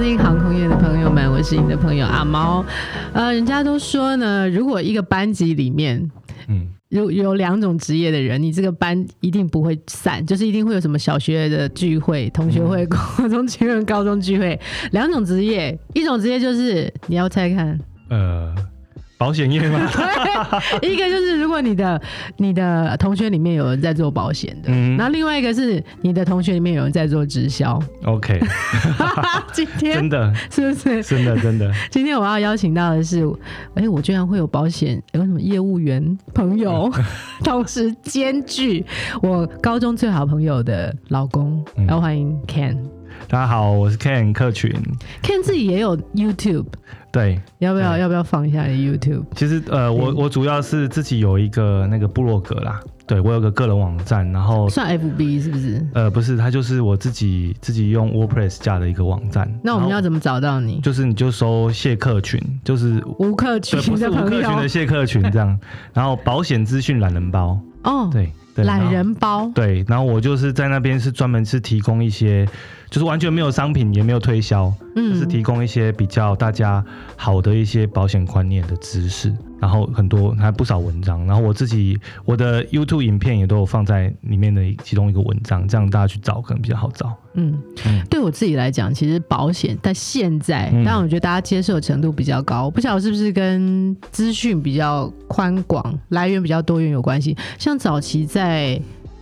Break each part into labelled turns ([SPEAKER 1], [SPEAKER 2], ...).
[SPEAKER 1] 听航空业的朋友们，我是你的朋友阿猫。呃，人家都说呢，如果一个班级里面
[SPEAKER 2] 嗯，
[SPEAKER 1] 有有两种职业的人，你这个班一定不会散，就是一定会有什么小学的聚会、同学
[SPEAKER 2] 嗯
[SPEAKER 1] 会、高中聚会、高中聚会。两种职业，一种职业就是你要猜 看，
[SPEAKER 2] 呃，保险业吗？
[SPEAKER 1] 一个就是如果你的你的同学里面有人在做保险的，
[SPEAKER 2] 嗯
[SPEAKER 1] 然后另外一个是你的同学里面有人在做直销。
[SPEAKER 2] ，OK，
[SPEAKER 1] 今天
[SPEAKER 2] 真的，
[SPEAKER 1] 是不是？
[SPEAKER 2] 真的，真的，
[SPEAKER 1] 今天我要邀请到的是，哎、我居然会有保险，有什么业务员朋友，
[SPEAKER 2] 嗯
[SPEAKER 1] 同时兼具我高中最好朋友的老公，
[SPEAKER 2] 嗯
[SPEAKER 1] 要欢迎 Ken。
[SPEAKER 2] 大家好，我是 Ken 客群。
[SPEAKER 1] Ken 自己也有 YouTube，
[SPEAKER 2] 对，
[SPEAKER 1] 要不要、
[SPEAKER 2] 嗯
[SPEAKER 1] 要不要放一下你的 YouTube？
[SPEAKER 2] 其实呃，我
[SPEAKER 1] 嗯
[SPEAKER 2] 我主要是自己有一个那个部落格啦，对我有个个人网站，然后
[SPEAKER 1] 算 FB 是不是？
[SPEAKER 2] 呃，不是，它就是我自己自己用 WordPress 架的一个网站。
[SPEAKER 1] 那我们
[SPEAKER 2] 然
[SPEAKER 1] 要
[SPEAKER 2] 后
[SPEAKER 1] 怎么找到你？
[SPEAKER 2] 就是你就搜谢客群，就是。
[SPEAKER 1] 吴克
[SPEAKER 2] 对，
[SPEAKER 1] 群
[SPEAKER 2] 不是
[SPEAKER 1] 的
[SPEAKER 2] 吴克
[SPEAKER 1] 朋
[SPEAKER 2] 群的
[SPEAKER 1] 友
[SPEAKER 2] 谢客群这样，然后保险资讯懒人包，
[SPEAKER 1] 哦，
[SPEAKER 2] 对对，然
[SPEAKER 1] 懒
[SPEAKER 2] 后
[SPEAKER 1] 人包，
[SPEAKER 2] 对，然后我就是在那边是专门是提供一些，就是完全没有商品，也没有推销，就
[SPEAKER 1] 嗯
[SPEAKER 2] 是提供一些比较大家好的一些保险观念的知识，然后很多还不少文章，然后我自己我的 YouTube 影片也都有放在里面的其中一个文章，这样大家去找可能比较好找。
[SPEAKER 1] 嗯
[SPEAKER 2] 嗯，
[SPEAKER 1] 对我自己来讲，其实保险在现在，
[SPEAKER 2] 嗯
[SPEAKER 1] 当然我觉得大家接受程度比较高，不晓得是不是跟资讯比较宽广、来源比较多元有关系。像早期在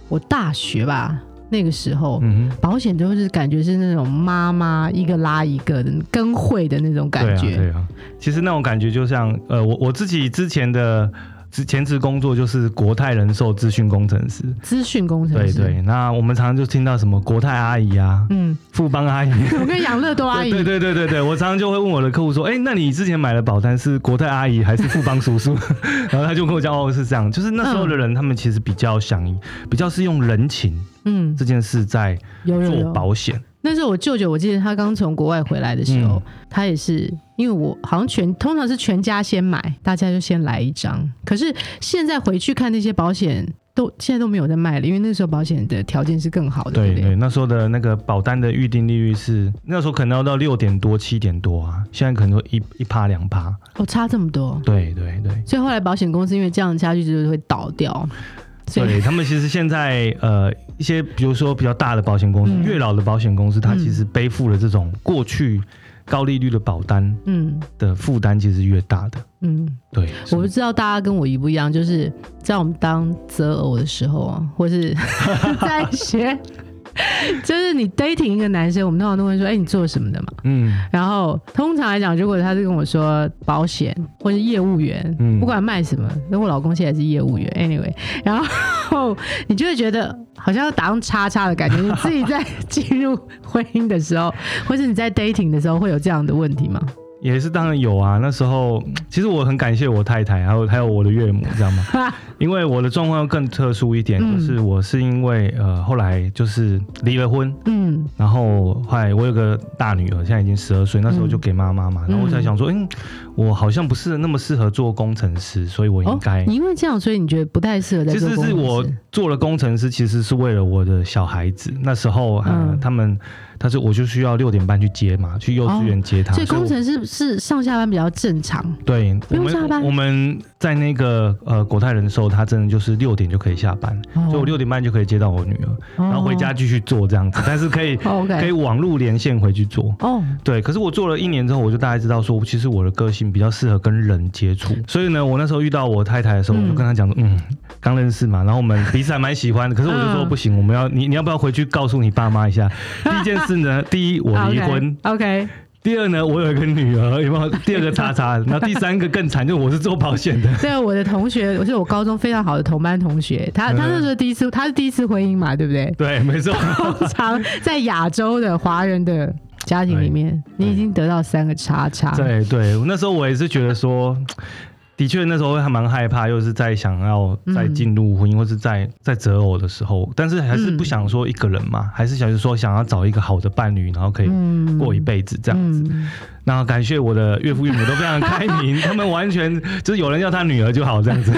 [SPEAKER 1] 我大学吧那个时候。
[SPEAKER 2] 嗯哼，
[SPEAKER 1] 保险都是感觉是那种妈妈一个拉一个的跟会的那种
[SPEAKER 2] 对
[SPEAKER 1] 感
[SPEAKER 2] 啊
[SPEAKER 1] 觉，
[SPEAKER 2] 对啊，其实那种感觉就像呃，我我自己之前的之前职工作就是国泰人寿资讯工程师。
[SPEAKER 1] 资讯工程
[SPEAKER 2] 对
[SPEAKER 1] 师，
[SPEAKER 2] 对，那我们常常就听到什么国泰阿姨啊、
[SPEAKER 1] 嗯，
[SPEAKER 2] 富邦阿姨，
[SPEAKER 1] 我跟养乐多阿姨
[SPEAKER 2] 对对对对对，我常常就会问我的客户说，哎、那你之前买的保单是国泰阿姨还是富邦叔 叔？然后他就跟我讲，哦，是这样，就是那时候的人，他们其实比较想，比较是用人情
[SPEAKER 1] 嗯，
[SPEAKER 2] 这件事在
[SPEAKER 1] 有有
[SPEAKER 2] 做
[SPEAKER 1] 有，
[SPEAKER 2] 保险。
[SPEAKER 1] 那时候我舅舅，我记得他刚从国外回来的时候，
[SPEAKER 2] 嗯
[SPEAKER 1] 他也是因为我好像全通常是全家先买，大家就先来一张。可是现在回去看那些保险，都现在都没有在卖了，因为那时候保险的条件是更好的，对
[SPEAKER 2] 对
[SPEAKER 1] 不
[SPEAKER 2] 对，那时候的那个保单的预定利率是那时候可能要到六点多、七点多啊，现在可能都一一趴两趴。
[SPEAKER 1] 哦，差这么多，
[SPEAKER 2] 对对对。
[SPEAKER 1] 所以后来保险公司因为这样下去就是会倒掉，所以
[SPEAKER 2] 对他们其实现在呃一些比如说比较大的保险公司，
[SPEAKER 1] 嗯
[SPEAKER 2] 越老的保险公司，它
[SPEAKER 1] 嗯
[SPEAKER 2] 其实背负了这种过去高利率的保单
[SPEAKER 1] 嗯
[SPEAKER 2] 的负担，其实越大的。
[SPEAKER 1] 嗯，
[SPEAKER 2] 对，
[SPEAKER 1] 我不知道大家跟我一不一样，就是在我们当择偶的时候啊，或 是在学。就是你 dating 一个男生，我们通常都会说：“哎、你做什么的嘛？”
[SPEAKER 2] 嗯
[SPEAKER 1] 然后通常来讲，如果他是跟我说保险或是业务员，
[SPEAKER 2] 嗯
[SPEAKER 1] 不管卖什么，因为我老公现在是业务员，anyway，然后你就会觉得好像要打上叉叉的感觉。你自己在进入婚姻的时候，或是你在 dating 的时候，会有这样的问题吗？
[SPEAKER 2] 也是当然有啊。那时候其实我很感谢我太太，啊还有还有我的岳母，知道吗？ 因为我的状况更特殊一点，
[SPEAKER 1] 嗯
[SPEAKER 2] 就是我是因为呃后来就是离了婚，
[SPEAKER 1] 嗯
[SPEAKER 2] 然后后来我有个大女儿，现在已经十二岁，那时候就给妈妈嘛。
[SPEAKER 1] 嗯
[SPEAKER 2] 然后我在想说，嗯，我好像不是那么适合做工程师，所以我应该。
[SPEAKER 1] 哦你因为这样，嗯所以你觉得不太适合在
[SPEAKER 2] 其
[SPEAKER 1] 做
[SPEAKER 2] 实
[SPEAKER 1] 工
[SPEAKER 2] 是
[SPEAKER 1] 程
[SPEAKER 2] 我
[SPEAKER 1] 师
[SPEAKER 2] 做了工程师，其实是为了我的小孩子。那时候，呃
[SPEAKER 1] 嗯
[SPEAKER 2] 他们，他说我就需要六点半去接嘛，去幼稚园接他。
[SPEAKER 1] 所以哦啊工
[SPEAKER 2] 我
[SPEAKER 1] 程师是上下班比较正常。
[SPEAKER 2] 对，
[SPEAKER 1] 不用
[SPEAKER 2] 我们
[SPEAKER 1] 下班
[SPEAKER 2] 我们在那个呃国泰人寿，他真的就是六点就可以下班，
[SPEAKER 1] 哦
[SPEAKER 2] 所以我六点半就可以接到我女儿，然后回家继续做这样子。但是可以
[SPEAKER 1] 哦
[SPEAKER 2] 可
[SPEAKER 1] ，OK，
[SPEAKER 2] 以网路连线回去做。
[SPEAKER 1] 哦，
[SPEAKER 2] 对，可是我做了一年之后，我就大概知道说，其实我的个性比较适合跟人接触，所以呢，我那时候遇到我太太的时候，
[SPEAKER 1] 嗯
[SPEAKER 2] 我就跟她讲说，嗯，刚认识嘛，然后我们彼此还蛮喜欢的，可是我就说
[SPEAKER 1] 嗯
[SPEAKER 2] 不行，我们要你你要不要回去告诉你爸妈 一下？第一件事呢，第一我离婚，
[SPEAKER 1] ，OK，
[SPEAKER 2] 第二呢我有一个女儿，有没有？第 二个叉叉，然后第三个更惨，就是我是做保险的，？
[SPEAKER 1] 对，啊我的同学，我是我高中非常好的同班同学，他他那时候第一次，他是第一次婚姻嘛，对不对
[SPEAKER 2] 对，没错，
[SPEAKER 1] 通常在亚洲的华人的家庭里面，
[SPEAKER 2] 哎
[SPEAKER 1] 你已经得到三个叉叉。
[SPEAKER 2] 对对，那时候我也是觉得说。的确，那时候还蛮害怕，又是在想要
[SPEAKER 1] 嗯
[SPEAKER 2] 再进入婚姻，或是在在择偶的时候，但是还是不想说一个人嘛，还是想说想要找一个好的伴侣，然后可以
[SPEAKER 1] 嗯嗯
[SPEAKER 2] 过一辈子这样。
[SPEAKER 1] 嗯
[SPEAKER 2] 那感谢我的岳父岳母都非常开 明，他们完全就是有人要他女儿就好这样子。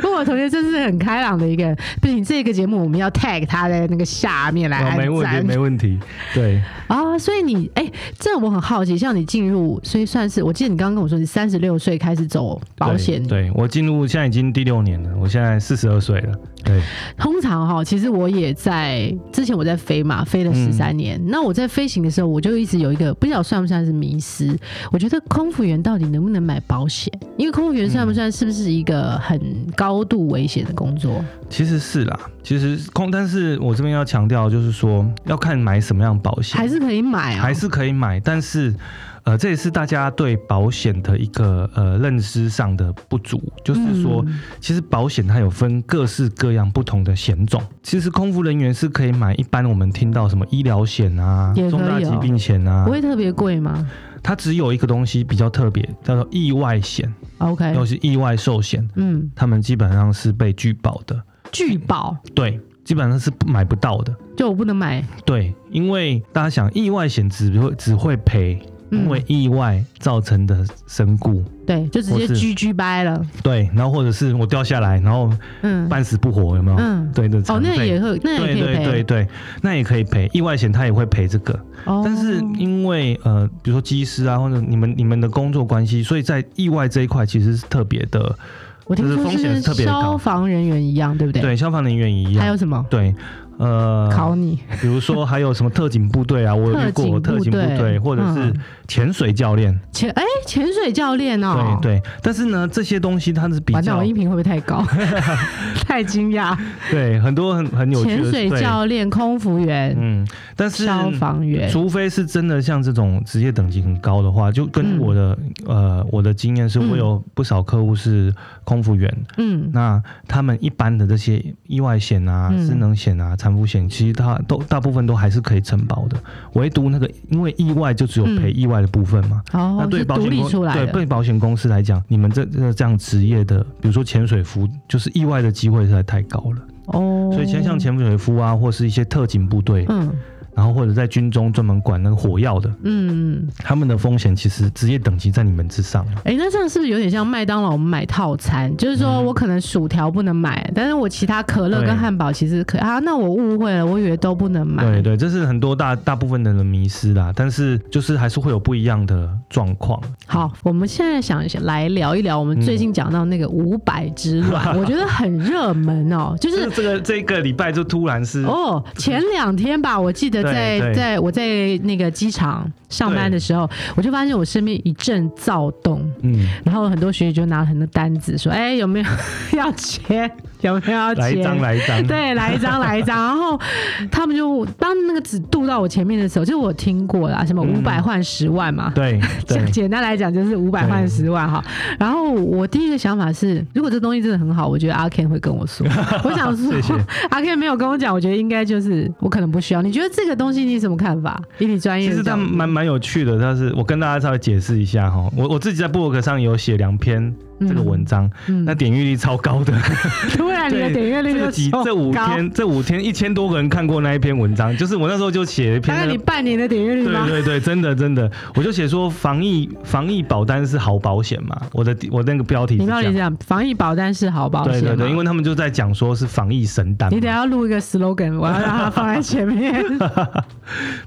[SPEAKER 1] 不过我同学真是很开朗的一个人。不行，这个节目我们要 tag 他在那个下面来
[SPEAKER 2] 啊没
[SPEAKER 1] 按
[SPEAKER 2] 问题，
[SPEAKER 1] 赞
[SPEAKER 2] 没问题。对，
[SPEAKER 1] 啊。所以你哎、这我很好奇，像你进入，所以算是我记得你刚刚跟我说你三十六岁开始走保险，
[SPEAKER 2] 对，对我进入现在已经第六年了，我现在四十二岁了。对，
[SPEAKER 1] 通常哈，其实我也在之前我在飞嘛，飞了十三年。
[SPEAKER 2] 嗯
[SPEAKER 1] 那我在飞行的时候，我就一直有一个不知道算不算是迷失，我觉得空服员到底能不能买保险？因为空服员算不算是不是一个很高度危险的工作？
[SPEAKER 2] 其实是啦，其实空，但是我这边要强调就是说，要看买什么样保险，
[SPEAKER 1] 还是可以买啊、
[SPEAKER 2] 还是可以买，但是呃，这也是大家对保险的一个呃认知上的不足，就是说，
[SPEAKER 1] 嗯
[SPEAKER 2] 其实保险它有分各式各样不同的险种。其实空服人员是可以买一般我们听到什么医疗险啊、
[SPEAKER 1] 也可以
[SPEAKER 2] 重大疾
[SPEAKER 1] 哦
[SPEAKER 2] 病险啊
[SPEAKER 1] 不，会特别贵吗
[SPEAKER 2] 它只有一个东西比较特别，叫做意外险，
[SPEAKER 1] 啊？OK，
[SPEAKER 2] 尤其是意外寿险，
[SPEAKER 1] 嗯，
[SPEAKER 2] 他们基本上是被拒保的，
[SPEAKER 1] 拒保
[SPEAKER 2] 对，基本上是买不到的。
[SPEAKER 1] 就我不能买，
[SPEAKER 2] 对，因为大家想，意外险只会只会赔，
[SPEAKER 1] 嗯
[SPEAKER 2] 因为意外造成的身故。
[SPEAKER 1] 对，就直接
[SPEAKER 2] 我是
[SPEAKER 1] 居居掰了。
[SPEAKER 2] 对，然后或者是我掉下来，然后
[SPEAKER 1] 嗯，
[SPEAKER 2] 半死不活，有没有？
[SPEAKER 1] 嗯
[SPEAKER 2] 对的。
[SPEAKER 1] 哦，那个也会，那个
[SPEAKER 2] 对
[SPEAKER 1] 也可以
[SPEAKER 2] 对
[SPEAKER 1] 赔。
[SPEAKER 2] 对对，那也可以赔。意外险它也会赔这个，
[SPEAKER 1] 哦
[SPEAKER 2] 但是因为呃，比如说机师啊，或者你们你们的工作关系，所以在意外这一块其实是特别的，
[SPEAKER 1] 我听
[SPEAKER 2] 就是
[SPEAKER 1] 说
[SPEAKER 2] 风险
[SPEAKER 1] 是
[SPEAKER 2] 是特别高
[SPEAKER 1] 消防人员一样，对不对？
[SPEAKER 2] 对，消防人员一
[SPEAKER 1] 还
[SPEAKER 2] 样
[SPEAKER 1] 有，什么？
[SPEAKER 2] 对，呃，
[SPEAKER 1] 考你。
[SPEAKER 2] 比如说还有什么特警部队啊，我有遇过
[SPEAKER 1] 特
[SPEAKER 2] 特
[SPEAKER 1] 警
[SPEAKER 2] 警
[SPEAKER 1] 部队
[SPEAKER 2] 部队，或者是
[SPEAKER 1] 嗯
[SPEAKER 2] 潜水教练，
[SPEAKER 1] 潜哎，潜水教练哦，
[SPEAKER 2] 对对。但是呢，这些东西它是比
[SPEAKER 1] 完蛋，
[SPEAKER 2] 较
[SPEAKER 1] 我音频会不会太 高？太惊讶！
[SPEAKER 2] 对很多很很有趣
[SPEAKER 1] 潜
[SPEAKER 2] 的
[SPEAKER 1] 水
[SPEAKER 2] 对
[SPEAKER 1] 教练、空服员、
[SPEAKER 2] 嗯，但是
[SPEAKER 1] 消防员，
[SPEAKER 2] 除非是真的像这种职业等级很高的话，就
[SPEAKER 1] 嗯
[SPEAKER 2] 跟我的、呃我的经验是，
[SPEAKER 1] 嗯
[SPEAKER 2] 我有不少客户是空服员，
[SPEAKER 1] 嗯，
[SPEAKER 2] 那他们一般的这些意外险啊、
[SPEAKER 1] 嗯
[SPEAKER 2] 失能险啊、产妇险，其实它都大部分都还是可以承保的，唯独那个因为意外就只有
[SPEAKER 1] 嗯
[SPEAKER 2] 赔意外的部分嘛。那
[SPEAKER 1] 哦，
[SPEAKER 2] 啊对
[SPEAKER 1] 是
[SPEAKER 2] 保
[SPEAKER 1] 独
[SPEAKER 2] 险
[SPEAKER 1] 立
[SPEAKER 2] 公
[SPEAKER 1] 出来
[SPEAKER 2] 对
[SPEAKER 1] 的，
[SPEAKER 2] 对保险公司来讲，你们这这这样职业的，比如说潜水服，就是意外的机会实在太高了。
[SPEAKER 1] 哦，
[SPEAKER 2] 所以像像潜水夫啊，或是一些特警部队，
[SPEAKER 1] 嗯
[SPEAKER 2] 然后或者在军中专门管那个火药的，
[SPEAKER 1] 嗯，嗯
[SPEAKER 2] 他们的风险其实职业等级在你们之上啊。
[SPEAKER 1] 哎，那这样是不是有点像麦当劳我们买套餐？就是说我可能薯条不能买，但是我其他可乐
[SPEAKER 2] 嗯对
[SPEAKER 1] 跟汉堡其实可啊，那我误会了，我以为都不能买。
[SPEAKER 2] 对对，这是很多大大部分的人迷失啦，但是就是还是会有不一样的状况。
[SPEAKER 1] 好，我们现在想来聊一聊我们最近讲到那个五百之乱，
[SPEAKER 2] 嗯
[SPEAKER 1] 我觉得很热门 哦，就是
[SPEAKER 2] 这个这个礼拜就突然是
[SPEAKER 1] 哦，前两天吧，我记得
[SPEAKER 2] 对
[SPEAKER 1] 在
[SPEAKER 2] 对
[SPEAKER 1] 在我在那个机场上班的时候，我就发现我身边一阵躁动，
[SPEAKER 2] 嗯，
[SPEAKER 1] 然后很多学姐就拿了很多单子说：“哎、有没有要签？ 有没有要
[SPEAKER 2] 来一张
[SPEAKER 1] 签？”
[SPEAKER 2] 来一张，
[SPEAKER 1] 对，来一 张，来一张。然后他们就当那个纸渡到我前面的时候，就我听过啦，什么五
[SPEAKER 2] 嗯
[SPEAKER 1] 百换十万嘛，
[SPEAKER 2] 对
[SPEAKER 1] 简
[SPEAKER 2] 对，
[SPEAKER 1] 简单来讲就是五百换十万哈。然后我第一个想法是，如果这东西真的很好，我觉得阿 Ken 会跟我 说。我想说，
[SPEAKER 2] 谢谢
[SPEAKER 1] 阿 Ken 没有跟我讲，我觉得应该就是我可能不需要。你觉得这个东西你有什么看法？以你专业
[SPEAKER 2] 其
[SPEAKER 1] 的
[SPEAKER 2] 实它
[SPEAKER 1] 角度，
[SPEAKER 2] 蛮蛮有趣的，但是我跟大家稍微解释一下哈，我我自己在博客上有写两篇这个文章，
[SPEAKER 1] 嗯
[SPEAKER 2] 那点阅率超高 的，
[SPEAKER 1] 突然你的
[SPEAKER 2] 对
[SPEAKER 1] 点阅率
[SPEAKER 2] 这
[SPEAKER 1] 就
[SPEAKER 2] 个几
[SPEAKER 1] 超
[SPEAKER 2] 这五
[SPEAKER 1] 高，
[SPEAKER 2] 天这五天一千多个人看过那一篇文章，就是我那时候就写了一篇
[SPEAKER 1] 大概
[SPEAKER 2] 那个
[SPEAKER 1] 你半年的点阅率吗？
[SPEAKER 2] 对对对，真的真的，我就写说防疫防疫保单是好保险嘛，我的我那个标题是
[SPEAKER 1] 你
[SPEAKER 2] 这
[SPEAKER 1] 到底
[SPEAKER 2] 样。
[SPEAKER 1] 讲防疫保单是好保险
[SPEAKER 2] 对
[SPEAKER 1] 吗？
[SPEAKER 2] 对对，因为他们就在讲说是防疫神单
[SPEAKER 1] 你等一
[SPEAKER 2] 嘛，
[SPEAKER 1] 下要录一个 slogan，我要让它放在前 面。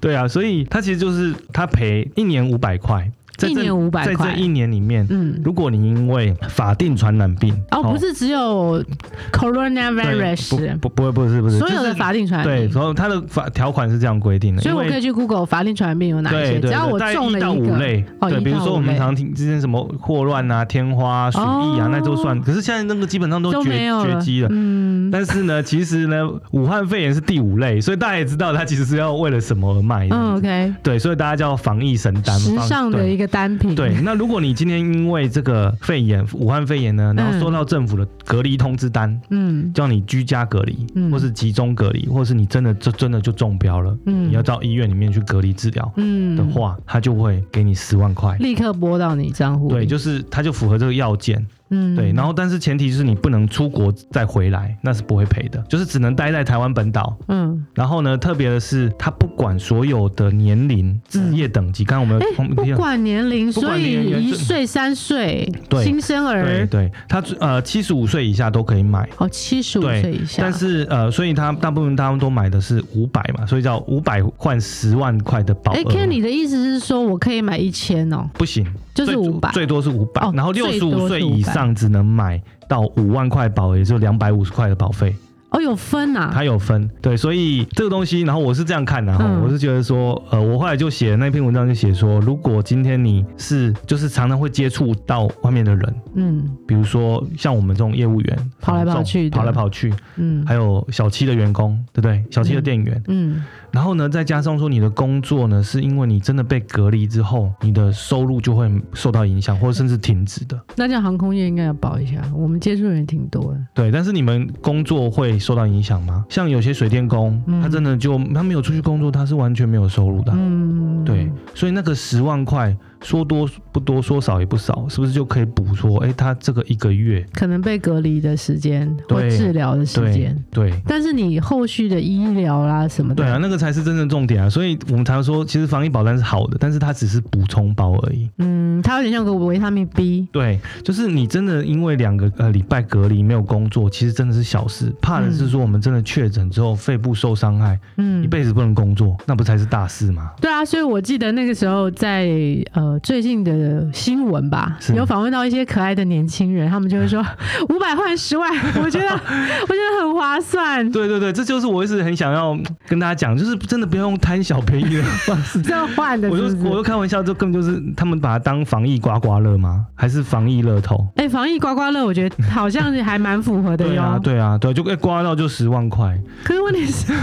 [SPEAKER 2] 对啊，所以它其实就是他赔一年五百块，在
[SPEAKER 1] 一
[SPEAKER 2] 这
[SPEAKER 1] 年500
[SPEAKER 2] 在
[SPEAKER 1] 块
[SPEAKER 2] 这一年里面，
[SPEAKER 1] 嗯，
[SPEAKER 2] 如果你因为法定传染病，
[SPEAKER 1] 哦，不是只有
[SPEAKER 2] 对
[SPEAKER 1] coronavirus，
[SPEAKER 2] 不不不不是不是，
[SPEAKER 1] 所有
[SPEAKER 2] 就
[SPEAKER 1] 的
[SPEAKER 2] 是
[SPEAKER 1] 法定传染
[SPEAKER 2] 对，
[SPEAKER 1] 病。
[SPEAKER 2] 然后它的法条款是这样规定的，
[SPEAKER 1] 所以
[SPEAKER 2] 因
[SPEAKER 1] 我
[SPEAKER 2] 为
[SPEAKER 1] 可以去 Google 法令传染病有哪
[SPEAKER 2] 对
[SPEAKER 1] 些，
[SPEAKER 2] 对，
[SPEAKER 1] 只要我
[SPEAKER 2] 对大概
[SPEAKER 1] 中了
[SPEAKER 2] 一到
[SPEAKER 1] 一
[SPEAKER 2] 五
[SPEAKER 1] 个，
[SPEAKER 2] 类，
[SPEAKER 1] 哦
[SPEAKER 2] 对，
[SPEAKER 1] 一
[SPEAKER 2] 比如
[SPEAKER 1] 到
[SPEAKER 2] 说我
[SPEAKER 1] 五
[SPEAKER 2] 们
[SPEAKER 1] 类
[SPEAKER 2] 常听之前什么霍乱啊、天花、鼠疫啊，那都算。可是现在那个基本上都
[SPEAKER 1] 哦都
[SPEAKER 2] 绝
[SPEAKER 1] 没有
[SPEAKER 2] 绝
[SPEAKER 1] 了
[SPEAKER 2] 迹了。
[SPEAKER 1] 嗯，
[SPEAKER 2] 但是呢，其实呢，武汉肺炎是第五类，所以大家也知道它其实是要为了什么而卖的。
[SPEAKER 1] 嗯，OK，
[SPEAKER 2] 对，所以大家叫防疫神丹。
[SPEAKER 1] 时
[SPEAKER 2] 防
[SPEAKER 1] 尚的
[SPEAKER 2] 对
[SPEAKER 1] 一个单品，
[SPEAKER 2] 对，那如果你今天因为这个肺炎，武汉肺炎呢，然后收到政府的隔离通知单，
[SPEAKER 1] 嗯
[SPEAKER 2] 叫你居家隔离，
[SPEAKER 1] 嗯
[SPEAKER 2] 或是集中隔离，或是你真的就真的就中标了，
[SPEAKER 1] 嗯
[SPEAKER 2] 你要到医院里面去隔离治疗的
[SPEAKER 1] 嗯，
[SPEAKER 2] 话，他就会给你十万块。
[SPEAKER 1] 立刻拨到你账户里，
[SPEAKER 2] 对，就是他就符合这个要件，
[SPEAKER 1] 嗯，
[SPEAKER 2] 对，然后但是前提是你不能出国再回来，那是不会赔的，就是只能待在台湾本岛。
[SPEAKER 1] 嗯，
[SPEAKER 2] 然后呢，特别的是，它不管所有的年龄、职业等级，刚刚我们
[SPEAKER 1] 哎
[SPEAKER 2] 有、我们
[SPEAKER 1] 不管年龄，
[SPEAKER 2] 不
[SPEAKER 1] 所
[SPEAKER 2] 管
[SPEAKER 1] 以
[SPEAKER 2] 年龄
[SPEAKER 1] 一
[SPEAKER 2] 这
[SPEAKER 1] 岁、三岁、
[SPEAKER 2] 对
[SPEAKER 1] 新生
[SPEAKER 2] 对
[SPEAKER 1] 儿，
[SPEAKER 2] 对，它呃七十五岁以下都可以买。
[SPEAKER 1] 哦，七十五岁
[SPEAKER 2] 对
[SPEAKER 1] 以，下，
[SPEAKER 2] 但是呃，所以他大部分他们都买的是五百嘛，所以叫五百换十万块的保额
[SPEAKER 1] 哎
[SPEAKER 2] 嘛。
[SPEAKER 1] ，Ken，你的意思是说我可以买一千哦？
[SPEAKER 2] 不行，
[SPEAKER 1] 就是
[SPEAKER 2] 最
[SPEAKER 1] 500
[SPEAKER 2] 最多是五百、
[SPEAKER 1] 哦
[SPEAKER 2] 然后六
[SPEAKER 1] 最
[SPEAKER 2] 十
[SPEAKER 1] 多是
[SPEAKER 2] 五岁以
[SPEAKER 1] 500
[SPEAKER 2] 上只能买到五万块保额，也就两百五十块的保费。
[SPEAKER 1] 哦，有分啊，
[SPEAKER 2] 它有分，对，所以这个东西，然后我是这样看的、哈，
[SPEAKER 1] 嗯
[SPEAKER 2] 我是觉得说，呃，我后来就写那篇文章就写说，如果今天你是就是常常会接触到外面的人，
[SPEAKER 1] 嗯
[SPEAKER 2] 比如说像我们这种业务员，
[SPEAKER 1] 跑来跑
[SPEAKER 2] 房仲
[SPEAKER 1] 去的
[SPEAKER 2] 跑来跑去，
[SPEAKER 1] 嗯
[SPEAKER 2] 还有小七的员工，对不对？小七的
[SPEAKER 1] 嗯
[SPEAKER 2] 店员，
[SPEAKER 1] 嗯，
[SPEAKER 2] 然后呢，再加上说你的工作呢，是因为你真的被隔离之后，你的收入就会受到影响，或者甚至停止的。
[SPEAKER 1] 那这样航空业应该要保一下，我们接触的人挺多的，
[SPEAKER 2] 对，但是你们工作会受到影响吗？像有些水电工，
[SPEAKER 1] 嗯
[SPEAKER 2] 他真的就他没有出去工作，他是完全没有收入的啊。
[SPEAKER 1] 嗯，
[SPEAKER 2] 对，所以那个十万块说多不多，说少也不少，是不是就可以补说？哎，他这个一个月，
[SPEAKER 1] 可能被隔离的时间或
[SPEAKER 2] 对
[SPEAKER 1] 治疗的时
[SPEAKER 2] 对
[SPEAKER 1] 间，
[SPEAKER 2] 对
[SPEAKER 1] 但是你后续的医疗啦什么的，
[SPEAKER 2] 对啊，那个才是真正重点啊！所以我们常说，其实防疫保单是好的，但是它只是补充包而已。
[SPEAKER 1] 嗯，它有点像个维他命 B，
[SPEAKER 2] 对，就是你真的因为两个呃礼拜隔离没有工作，其实真的是小事。怕的是说我们真的确诊之后肺部受伤害，
[SPEAKER 1] 嗯
[SPEAKER 2] 一，辈子不能工作，那不才是大事吗？
[SPEAKER 1] 对啊，所以我记得那个时候在呃最近的新闻吧，
[SPEAKER 2] 是
[SPEAKER 1] 有访问到一些可爱的年轻人，他们就会 说五百换十万，我觉得我觉得很划算，
[SPEAKER 2] 对对对，这就是我一直很想要跟大家讲，就是真的不要用贪小便 宜的方式。
[SPEAKER 1] 这样换的
[SPEAKER 2] 我
[SPEAKER 1] 是
[SPEAKER 2] 就
[SPEAKER 1] 不
[SPEAKER 2] 我
[SPEAKER 1] 是？
[SPEAKER 2] 就开玩笑，这根本就是他们把它当防疫刮刮乐吗？还是防疫乐透？
[SPEAKER 1] 哎、防疫刮刮乐，我觉得好像是还蛮符合的哟。
[SPEAKER 2] 啊， 对啊，对，就哎刮到就十万块。
[SPEAKER 1] 可是问题 是，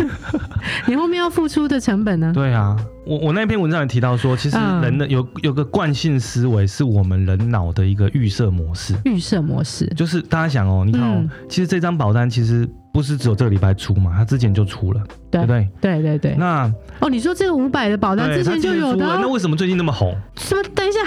[SPEAKER 1] 你后面要付出的成本呢？
[SPEAKER 2] 对啊，我我那篇文章也提到说，其实
[SPEAKER 1] 嗯
[SPEAKER 2] 人的有有个惯性思维是我们人脑的一个预设模式。
[SPEAKER 1] 预设模式，
[SPEAKER 2] 就是大家想哦，你看哦，
[SPEAKER 1] 嗯
[SPEAKER 2] 其实这张保单其实不是只有这个礼拜出嘛，它之前就出了，
[SPEAKER 1] 对
[SPEAKER 2] 对不对？
[SPEAKER 1] 对对对。
[SPEAKER 2] 那
[SPEAKER 1] 哦，你说这个五百的保单
[SPEAKER 2] 对
[SPEAKER 1] 之
[SPEAKER 2] 它
[SPEAKER 1] 前就有
[SPEAKER 2] 出
[SPEAKER 1] 的
[SPEAKER 2] 了
[SPEAKER 1] 啊
[SPEAKER 2] 那，为什么最近那么红？
[SPEAKER 1] 什么？等一下，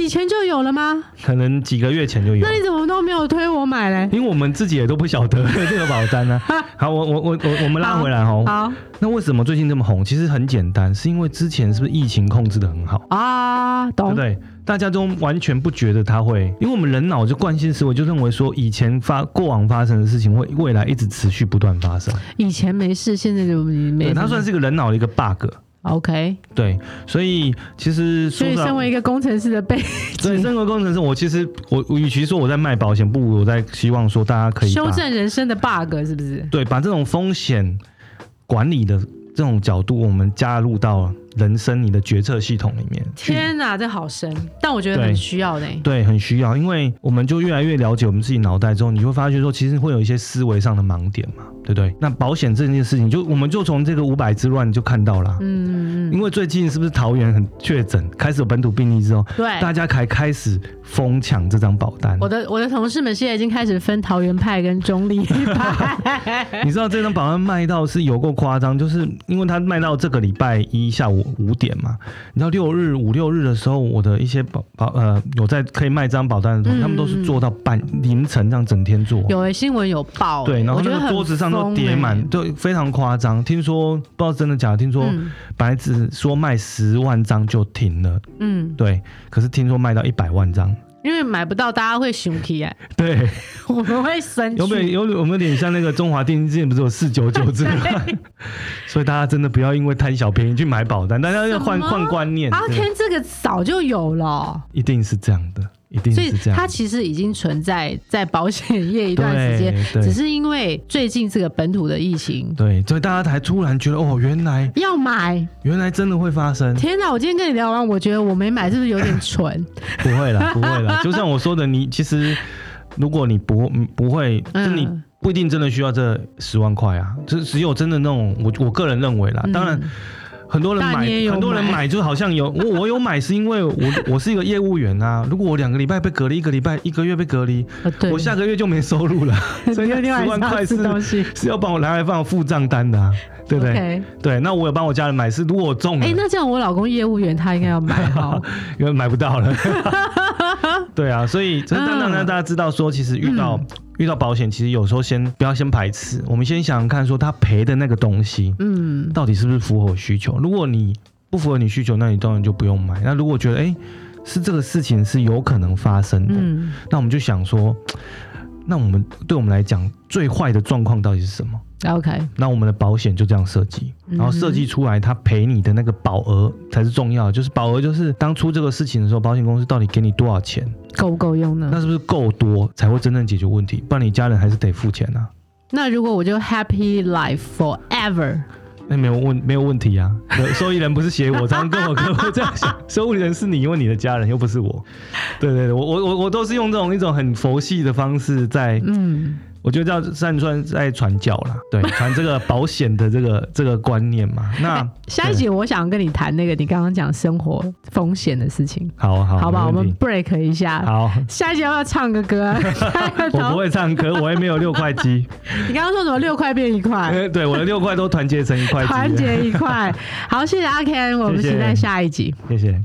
[SPEAKER 1] 以前就有了吗？
[SPEAKER 2] 可能几个月前就有
[SPEAKER 1] 那。你怎么都没有推我买嘞？
[SPEAKER 2] 因为我们自己也都不晓得这个保 单呢、啊好，我我我我我们拉回来哦。
[SPEAKER 1] 好
[SPEAKER 2] 那为什么最近这么红？其实很简单，是因为之前是不是疫情控制的很好，
[SPEAKER 1] 啊，
[SPEAKER 2] 对
[SPEAKER 1] 懂
[SPEAKER 2] 不。对？大家都完全不觉得它会，因为我们人脑就惯性思维，就认为说以前发过往发生的事情会未来一直持续不断发生。
[SPEAKER 1] 以前没事，现在就没
[SPEAKER 2] 对，
[SPEAKER 1] 事。
[SPEAKER 2] 它算是一个人脑的一个 bug。
[SPEAKER 1] OK，
[SPEAKER 2] 对，所以其实
[SPEAKER 1] 所
[SPEAKER 2] 说
[SPEAKER 1] 以
[SPEAKER 2] 实话
[SPEAKER 1] 身为一个工程师的背
[SPEAKER 2] 对
[SPEAKER 1] 景，
[SPEAKER 2] 生活工程师，我其实我我与其说我在卖保险，不如我在希望说大家可以把
[SPEAKER 1] 修正人生的 bug 是不是？
[SPEAKER 2] 对把这种风险管理的这种角度，我们加入到人生你的决策系统里面去。
[SPEAKER 1] 天哪，这好深，但我觉得
[SPEAKER 2] 对
[SPEAKER 1] 很需要呢。
[SPEAKER 2] 对，很需要，因为我们就越来越了解我们自己脑袋之后，你会发觉说，其实会有一些思维上的盲点嘛，对不对？那保险这件事情，就我们就从这个五百之乱就看到啦。啊
[SPEAKER 1] 嗯嗯
[SPEAKER 2] 因为最近是不是桃园很确诊，开始有本土病例之后，
[SPEAKER 1] 嗯，对。
[SPEAKER 2] 大家才开始疯抢这张保单
[SPEAKER 1] 我。的我的同事们现在已经开始分桃园派跟中立派，
[SPEAKER 2] 你知道这张保单卖到是有够夸张，就是因为它卖到这个礼拜一下午五点嘛，你知道六日五六日的时候，我的一些保保呃有在可以卖这张保单的同
[SPEAKER 1] 嗯
[SPEAKER 2] 学，他们都
[SPEAKER 1] 嗯
[SPEAKER 2] 是做到半凌晨这样整天做。
[SPEAKER 1] 有诶、新闻有报、
[SPEAKER 2] 对，然后
[SPEAKER 1] 我觉
[SPEAKER 2] 那
[SPEAKER 1] 得
[SPEAKER 2] 个
[SPEAKER 1] 很
[SPEAKER 2] 桌子上都叠满，
[SPEAKER 1] 疯
[SPEAKER 2] 对，非常夸张。听说不知道真的假的，听说
[SPEAKER 1] 欸嗯
[SPEAKER 2] 白纸说卖十万张就停了，
[SPEAKER 1] 嗯，
[SPEAKER 2] 对，可是听说卖到一百万张，
[SPEAKER 1] 因为买不到，大家会生气哎，
[SPEAKER 2] 对。
[SPEAKER 1] 我们会生
[SPEAKER 2] 有没
[SPEAKER 1] 气。
[SPEAKER 2] 有有有没有点像那个中华电信之前不是有四九九 之乱？ 所以大家真的不要因为贪小便宜去买保单，大家要换
[SPEAKER 1] 什么
[SPEAKER 2] 换观念，
[SPEAKER 1] 阿
[SPEAKER 2] 真的
[SPEAKER 1] 天这个早就有了、
[SPEAKER 2] 一定是这样的，一定
[SPEAKER 1] 所以
[SPEAKER 2] 是这样
[SPEAKER 1] 它
[SPEAKER 2] 的。
[SPEAKER 1] 其实已经存在在保险业一段时间，
[SPEAKER 2] 对
[SPEAKER 1] 只
[SPEAKER 2] 对
[SPEAKER 1] 是因为最近这个本土的疫情
[SPEAKER 2] 对，所以大家才突然觉得哦，原来
[SPEAKER 1] 要买。
[SPEAKER 2] 原来真的会发生，
[SPEAKER 1] 天哪！我今天跟你聊完，我觉得我没买是不是有点 蠢？
[SPEAKER 2] 不会 啦，不会啦。就像我说的，你其实如果你不不会，就是你
[SPEAKER 1] 嗯
[SPEAKER 2] 不一定真的需要这十万块啊，就是只有真的那种，我我个人认为啦，当然
[SPEAKER 1] 嗯，
[SPEAKER 2] 很多人
[SPEAKER 1] 但
[SPEAKER 2] 买
[SPEAKER 1] 你也，有
[SPEAKER 2] 很多人
[SPEAKER 1] 买
[SPEAKER 2] 买就好像有我，我有买是因为我我是一个业务员啊。如果我两个礼拜被隔离，一个礼拜一个月被隔离，
[SPEAKER 1] 呃对，
[SPEAKER 2] 我下个月就没收 入了，所以那
[SPEAKER 1] 另外
[SPEAKER 2] 十万块是
[SPEAKER 1] 是东西，
[SPEAKER 2] 是要帮我拿来放付账单的、啊，对嗯不对
[SPEAKER 1] OK 哎
[SPEAKER 2] 对，那我有帮我家人买，是如果我中
[SPEAKER 1] 哦
[SPEAKER 2] 了，
[SPEAKER 1] 哎、那这样我老公业务员他应该要买哈，
[SPEAKER 2] 因为买不到了。对啊，所以这当然让大家知道说，其实遇到、遇到保险，其实有时候先不要先排斥，我们先想想看，说他赔的那个东西
[SPEAKER 1] 嗯，
[SPEAKER 2] 到底是不是符合我需求。如果你不符合你需求，那你当然就不用买。那如果觉得哎、诶是这个事情是有可能发生的，
[SPEAKER 1] 嗯，
[SPEAKER 2] 那我们就想说，那我们对我们来讲最坏的状况到底是什么？
[SPEAKER 1] OK，
[SPEAKER 2] 那我们的保险就这样设计，
[SPEAKER 1] 嗯哼
[SPEAKER 2] 然后设计出来，它赔你的那个保额才是重要的。就是保额，就是当初这个事情的时候，保险公司到底给你多少钱？
[SPEAKER 1] 够不够用
[SPEAKER 2] 那
[SPEAKER 1] 呢？
[SPEAKER 2] 是不是够多才会真正解决问题？不然你家人还是得付钱啊。
[SPEAKER 1] 那如果我就 Happy Life Forever，
[SPEAKER 2] 那哎没有问没有问题 啊，受益人不是写我，常常跟我客户这样 想，受益人是你，因为你的家人又不是我。对对对，我我我我都是用这种一种很佛系的方式在，
[SPEAKER 1] 嗯，
[SPEAKER 2] 我觉得叫算算在传教啦，对，传这个保险的这个这个观念嘛。 那
[SPEAKER 1] 哎下一集我想跟你谈那个你刚刚讲生活风险的事情，
[SPEAKER 2] 好好
[SPEAKER 1] 好吧？我
[SPEAKER 2] 没问
[SPEAKER 1] 们
[SPEAKER 2] 题
[SPEAKER 1] break 一下。
[SPEAKER 2] 好，
[SPEAKER 1] 下一集要不要唱个 歌啊？
[SPEAKER 2] 我不会唱歌，我也没有六块 肌，
[SPEAKER 1] 你刚刚说什么六块变一块，
[SPEAKER 2] 呃 对，我的六块都团结成一块肌了，
[SPEAKER 1] 团结一块。好，谢谢阿 Ken，我们
[SPEAKER 2] 谢谢
[SPEAKER 1] 期待下一集。
[SPEAKER 2] 谢谢。